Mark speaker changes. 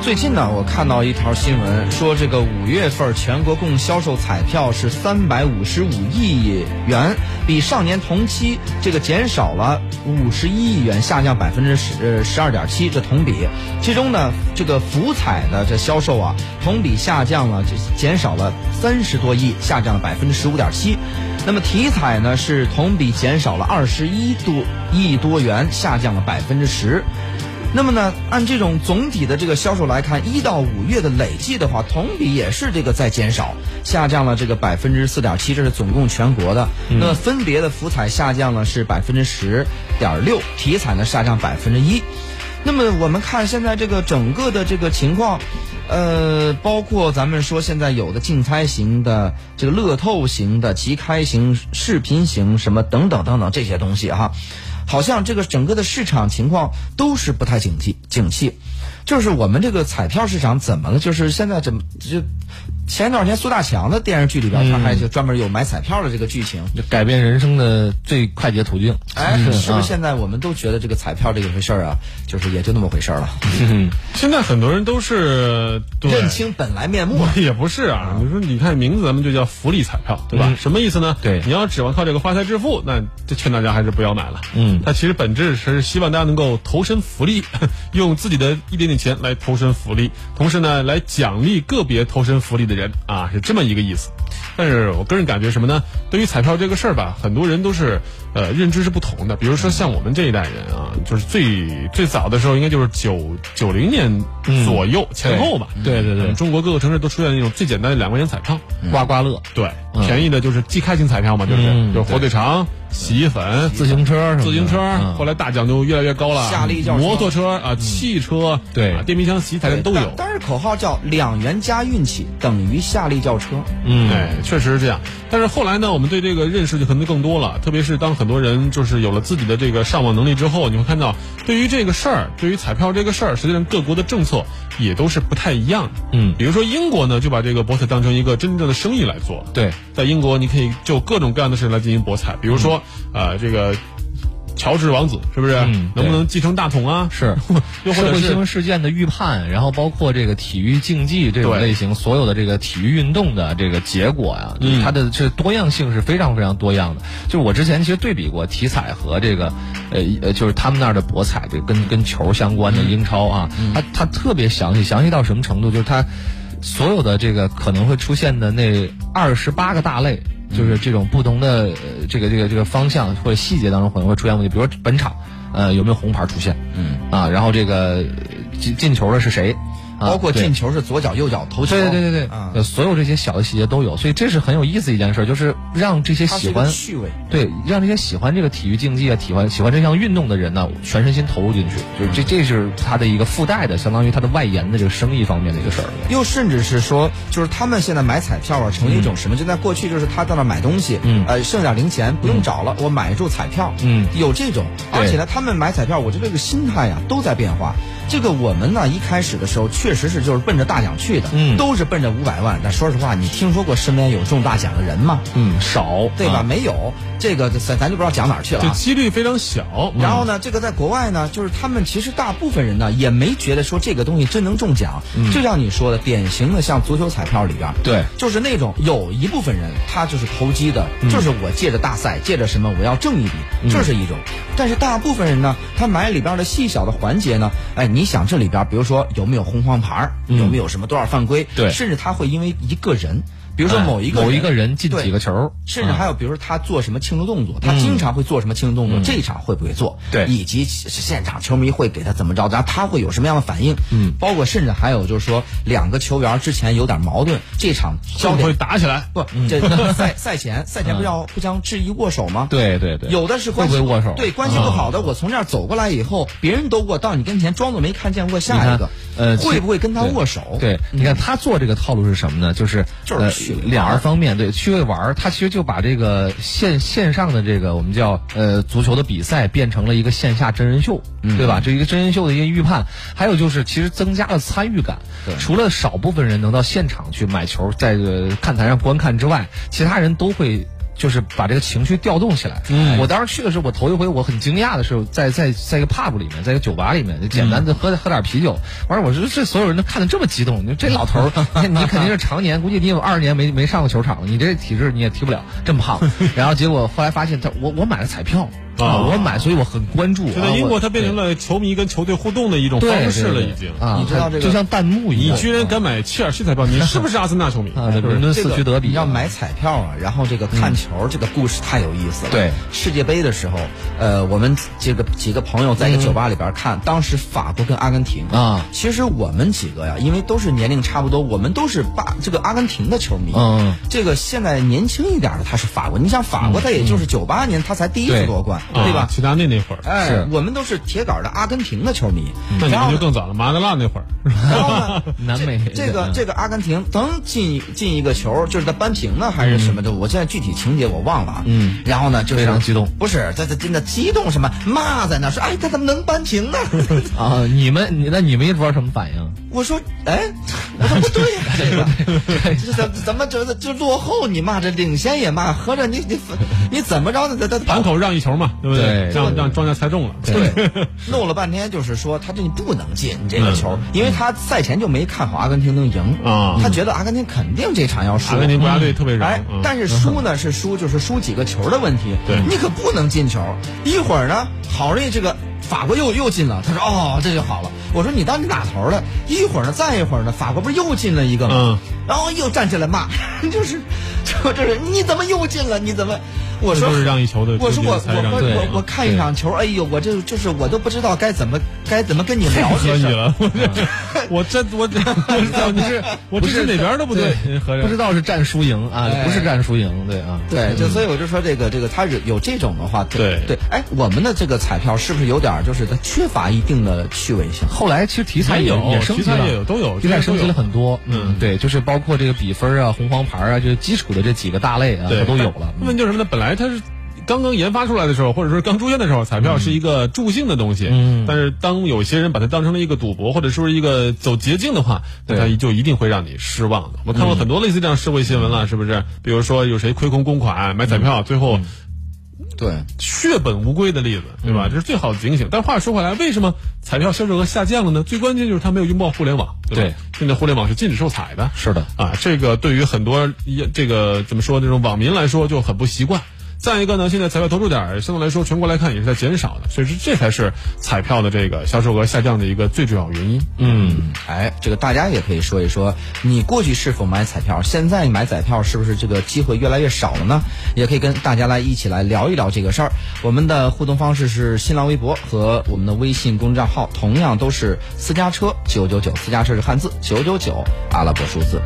Speaker 1: 最近呢，我看到一条新闻说，这个五月份全国共销售彩票是三百五十五亿元，比上年同期这个减少了五十一亿元，下降百分之十呃十二点七，这同比。其中呢，这个福彩的这销售啊，同比下降了，这减少了三十多亿，下降了百分之十五点七。那么体彩呢，是同比减少了二十一多亿多元，下降了百分之十。那么呢，按这种总体的这个销售来看，一到五月的累计的话，同比也是这个在减少，下降了这个百分之四点七，这是总共全国的。那么分别的福彩下降了是百分之十点六，体彩呢下降百分之一。那么我们看现在这个整个的这个情况，呃，包括咱们说现在有的竞猜型的、这个乐透型的、即开型、视频型什么等等等等这些东西哈、好像这个整个的市场情况都是不太景气，景气，就是我们这个彩票市场怎么了？就是现在怎么就前一段时间苏大强的电视剧里边，他还就专门有买彩票的这个剧情。
Speaker 2: 就改变人生的最快捷途径。
Speaker 1: 哎，是不
Speaker 2: 啊
Speaker 1: 是现在我们都觉得这个彩票这个回事儿啊，就是也就那么回事儿了？
Speaker 3: 现在很多人都是对
Speaker 1: 认清本来面目了。
Speaker 3: 也不是啊，你说你看名字，咱们就叫福利彩票，对吧？
Speaker 2: 嗯
Speaker 3: 什么意思呢？
Speaker 2: 对
Speaker 3: 你要指望靠这个发财致富，那就劝大家还是不要买了。
Speaker 2: 嗯
Speaker 3: 它其实本质是希望大家能够投身福利， 用自己的一点点钱来投身福利，同时呢，来奖励个别投身福利的人啊，是这么一个意思。但是我个人感觉什么呢？对于彩票这个事儿吧，很多人都是呃认知是不同的。比如说像我们这一代人啊，就是最最早的时候，应该就是九九零年左右、前后吧。
Speaker 2: 嗯对对对对
Speaker 3: 嗯中国各个城市都出现那种最简单的两块钱彩票，
Speaker 2: 刮刮乐、
Speaker 3: 对，
Speaker 2: 嗯
Speaker 3: 便宜的就是即开型彩票嘛，就是、
Speaker 2: 嗯
Speaker 3: 就是火腿肠、洗衣粉、
Speaker 2: 自行车什么的、
Speaker 3: 自行车，
Speaker 2: 嗯
Speaker 3: 后来大奖就越来越高了，
Speaker 1: 夏利轿车
Speaker 3: 摩托车啊、汽车，
Speaker 2: 对
Speaker 3: 啊电冰箱、洗衣
Speaker 1: 对
Speaker 3: 台都有
Speaker 1: 但。但是口号叫“两元加运气等于夏利轿车
Speaker 2: 嗯，
Speaker 3: 哎，确实是这样。但是后来呢，我们对这个认识就可能更多了，特别是当很多人就是有了自己的这个上网能力之后，你会看到，对于这个事儿，对于彩票这个事儿，实际上各国的政策也都是不太一样的。
Speaker 2: 嗯
Speaker 3: 比如说英国呢，就把这个博彩当成一个真正的生意来做。
Speaker 2: 对，
Speaker 3: 在英国，你可以就各种各样的事来进行博彩，比如说，呃，这个乔治王子是不是、
Speaker 2: 嗯
Speaker 3: 能不能继承大统啊？
Speaker 2: 是
Speaker 3: 又或
Speaker 2: 社
Speaker 3: 者
Speaker 2: 会
Speaker 3: 是
Speaker 2: 新闻事件的预判，然后包括这个体育竞技这种
Speaker 3: 对
Speaker 2: 类型，所有的这个体育运动的这个结果呀、
Speaker 3: 嗯
Speaker 2: 它的这多样性是非常非常多样的。就是我之前其实对比过体彩和这个，呃呃，就是他们那儿的博彩，这跟跟球相关的英超啊，
Speaker 3: 嗯
Speaker 2: 它它特别详细，详细到什么程度？就是它所有的这个可能会出现的那二十八个大类。就是这种不同的呃这个这个这个方向或者细节当中可能会出现问题，比如说本场，呃有没有红牌出现？
Speaker 1: 嗯
Speaker 2: 啊，然后这个进进球的是谁？”，啊、
Speaker 1: 包括
Speaker 2: 对
Speaker 1: 进球是左脚右脚投球。
Speaker 2: 对对对对，
Speaker 1: 啊，
Speaker 2: 呃所有这些小的细节都有，所以这是很有意思的一件事，就是让这些
Speaker 1: 它是
Speaker 2: 喜
Speaker 1: 一个
Speaker 2: 欢
Speaker 1: 趣味。
Speaker 2: 对让这些喜欢这个体育竞技啊、喜欢喜欢这项运动的人呢，全身心投入进去，就是
Speaker 1: 嗯
Speaker 2: 这这是它的一个附带的，相当于它的外延的这个生意方面的一个事儿。
Speaker 1: 又甚至是说，就是他们现在买彩票啊，成了一种什么？就在过去，就是他到那儿买东西，
Speaker 2: 嗯
Speaker 1: 呃，剩点零钱不用找了，我买一注彩票，
Speaker 2: 嗯
Speaker 1: 有这种。
Speaker 2: 对
Speaker 1: 而且呢，他们买彩票，我觉得这个心态呀、都在变化。这个我们呢一开始的时候，确实是就是奔着大奖去的，
Speaker 2: 嗯
Speaker 1: 都是奔着五百万。但说实话，你听说过身边有中大奖的人吗？
Speaker 2: 嗯，少
Speaker 1: 对吧？
Speaker 2: 啊
Speaker 1: 没有，这个咱咱就不知道讲哪儿去了、
Speaker 3: 就
Speaker 1: 啊。
Speaker 3: 几率非常小。
Speaker 2: 嗯
Speaker 1: 然后呢，这个在国外呢，就是他们其实大部分人呢也没觉得说这个东西真能中奖，就像你说的，典型的像足球彩票里边，
Speaker 2: 嗯对
Speaker 1: 就是那种有一部分人他就是投机的，
Speaker 2: 嗯
Speaker 1: 就是我借着大赛，借着什么我要挣一笔，这是一种。但是大部分人呢，他买里边的细小的环节呢，哎，你想这里边，比如说有没有红黄牌儿，有没有什么多少犯规，
Speaker 2: 嗯对
Speaker 1: 甚至他会因为一个人。比如说
Speaker 2: 哎
Speaker 1: 某一个
Speaker 2: 某一个人进
Speaker 1: 对
Speaker 2: 几个球，
Speaker 1: 甚至还
Speaker 2: 啊
Speaker 1: 有，比如说他做什么庆祝动作，他经常会做什么庆祝动作，这一场会不会做？
Speaker 2: 嗯对
Speaker 1: 以及现场球迷会给他怎么着，然后他会有什么样的反应？嗯，包括甚至还有就是说，两个球员之前有点矛盾，这场
Speaker 3: 就
Speaker 1: 焦
Speaker 3: 会
Speaker 1: 点
Speaker 3: 打起来。
Speaker 1: 不，
Speaker 2: 嗯
Speaker 1: 这赛 赛前赛前不要互相质疑握手吗？。
Speaker 2: 啊对对对，
Speaker 1: 有的是关系
Speaker 2: 会不会握手啊
Speaker 1: 对关系不好的，我从这儿走过来以后，别人都握到你跟前，装作没看见握
Speaker 2: 你
Speaker 1: 下
Speaker 2: 看
Speaker 1: 一个，
Speaker 2: 呃
Speaker 1: 会不会跟他
Speaker 2: 对
Speaker 1: 握手？
Speaker 2: 对，你看他做这个套路是什么呢？就是
Speaker 1: 嗯就是
Speaker 2: 呃
Speaker 1: 趣味玩儿
Speaker 2: 两人方面对趣味玩儿，他其实就把这个线线上的这个我们叫呃足球的比赛变成了一个线下真人秀，
Speaker 1: 嗯
Speaker 2: 对吧？这一个真人秀的一个预判，还有就是其实增加了参与感。除了少部分人能到现场去买球，在这个看台上观看之外，其他人都会。就是把这个情绪调动起来。
Speaker 3: 嗯
Speaker 2: 我当时去的时候，我头一回我很惊讶的是，在在在一个 pub 里面，在一个酒吧里面，就
Speaker 3: 嗯
Speaker 2: 简单的喝、喝点啤酒。完了，我说这所有人都看得这么激动，你说这老头儿， 你你肯定是常年，估计你有二十年没没上过球场了，你这体质你也踢不了，这么 胖。然后结果后来发现他，我我买了彩票
Speaker 3: 啊
Speaker 2: 我买，所以我很关注。
Speaker 3: 就在
Speaker 2: 啊
Speaker 3: 英
Speaker 2: 我
Speaker 3: 国，它变成了球迷跟球队互动的一种方式了，
Speaker 2: 对对
Speaker 3: 已经。
Speaker 2: 对啊，
Speaker 1: 你知道这个
Speaker 2: 就像弹幕一
Speaker 3: 你
Speaker 2: 样。
Speaker 3: 居然敢买切尔西彩票，你是不是阿森纳球迷？
Speaker 2: 啊，对
Speaker 3: 是不
Speaker 2: 伦
Speaker 3: 是？
Speaker 2: 敦
Speaker 1: 这
Speaker 2: 四
Speaker 1: 个
Speaker 2: 区德比嗯
Speaker 1: 你要买彩票啊，然后这个看球这个故事太有意思了。
Speaker 2: 对，
Speaker 1: 世界杯的时候，呃，我们这个几个朋友在一个酒吧里边看，当时法国跟阿根廷
Speaker 2: 嗯啊
Speaker 1: 其实我们几个呀，因为都是年龄差不多，我们都是巴这个阿根廷的球迷。
Speaker 2: 嗯，
Speaker 1: 这个现在年轻一点的他是法国，你想法国他也就是九八年他才第一次
Speaker 2: 嗯对
Speaker 1: 夺冠，
Speaker 3: 啊
Speaker 1: 对吧？
Speaker 3: 齐达内那会儿，
Speaker 1: 哎
Speaker 2: 是，
Speaker 1: 我们都是铁杆的阿根廷的球迷。
Speaker 3: 那你
Speaker 1: 然后
Speaker 3: 们就
Speaker 1: 呢，
Speaker 3: 更早了，马德拉那会儿，
Speaker 1: 然后呢，
Speaker 2: 南美
Speaker 1: 这个
Speaker 2: 嗯
Speaker 1: 这个阿根廷噔进进一个球，就是他扳平呢还是什么的，我现在具体情节我忘了。
Speaker 2: 嗯，
Speaker 1: 然后呢就是
Speaker 2: 非常激动，
Speaker 1: 不是他他真的激动什么骂在那说，哎他怎么能扳平呢？
Speaker 2: 啊，你们你那你们一桌什么反应？
Speaker 1: 我说哎，我说不对呀、这个这怎怎么觉得就落后你骂这领先也骂，合着你你你怎么着呢？他他
Speaker 3: 盘口让一球嘛，对不
Speaker 2: 对对
Speaker 3: 让让庄家猜中了。
Speaker 1: 对， 弄了半天就是说他这你不能进你这个球，因为他赛前就没看好阿根廷能赢
Speaker 3: 嗯啊
Speaker 1: 他觉得阿根廷肯定这场要输。
Speaker 3: 阿根廷国家队特别弱
Speaker 1: 哎，，
Speaker 3: 嗯
Speaker 1: 但是输呢是输，就是输几个球的问题。
Speaker 3: 对
Speaker 1: 你可不能进球。一会儿呢，好容易这个法国又又进了，他说哦，这就好了。我说你到底哪头了？一会儿呢，再一会儿呢，法国不是又进了一个吗？
Speaker 3: 嗯
Speaker 1: 然后又站起来骂，就是，就就是你怎么又进了？你怎么？我
Speaker 3: 这
Speaker 1: 说
Speaker 3: 就是让一球的
Speaker 1: 我说我我
Speaker 3: 才让
Speaker 1: 我
Speaker 3: 一球
Speaker 1: 我我
Speaker 3: 嗯
Speaker 1: 看一场球，哎呦，我这就是我都不知道该怎么该怎么跟你聊
Speaker 3: 太
Speaker 1: 这
Speaker 3: 合
Speaker 1: 事
Speaker 3: 你
Speaker 1: 儿。
Speaker 3: 了，我这我这我这我这是 我这是哪边都不对，呃您合着
Speaker 2: 不知道是战输赢啊
Speaker 1: 哎，
Speaker 2: 不是战输赢，对啊，
Speaker 1: 对，就所以我就说这个这个，他有有这种的话，
Speaker 3: 嗯对
Speaker 1: 对，哎，我们的这个彩票是不是有点儿就是它缺乏一定的趣味性？
Speaker 2: 后来其实题材
Speaker 3: 也
Speaker 2: 也
Speaker 3: 有
Speaker 2: 也升级
Speaker 3: 题材
Speaker 2: 了，
Speaker 3: 也有都有
Speaker 2: 题材升级了很多。
Speaker 3: 嗯
Speaker 2: 对，就是包括这个比分啊、红黄牌啊，就是基础的这几个大类啊，
Speaker 3: 对
Speaker 2: 它都有了。
Speaker 3: 问题就是什么呢？本来它是。刚刚研发出来的时候，或者说刚出现的时候，彩票是一个助兴的东西。
Speaker 2: 嗯
Speaker 3: 但是当有些人把它当成了一个赌博，或者说是一个走捷径的话，那它
Speaker 2: 对嗯
Speaker 3: 就一定会让你失望的。我看过很多类似这样社会新闻了，是不是？比如说有谁亏空公款买彩
Speaker 2: 嗯
Speaker 3: 票，最后
Speaker 1: 对，
Speaker 3: 血本无归的例子，对
Speaker 2: 嗯
Speaker 3: 吧？这是最好的警醒。但话说回来，为什么彩票销售额下降了呢？最关键就是它没有拥抱互联网，对吧
Speaker 2: 对
Speaker 3: 现在互联网是禁止售彩的，
Speaker 2: 是的，
Speaker 3: 啊，这个对于很多一这个怎么说这种网民来说就很不习惯。再一个呢，现在彩票投注点儿相对来说全国来看也是在减少的，所以说这才是彩票的这个销售额下降的一个最重要原因。
Speaker 2: 嗯，
Speaker 1: 哎，这个大家也可以说一说，你过去是否买彩票？现在买彩票是不是这个机会越来越少了呢？也可以跟大家来一起来聊一聊这个事儿。我们的互动方式是新浪微博和我们的微信公众号，同样都是私家车九九九，私家车是汉字九九九阿拉伯数字。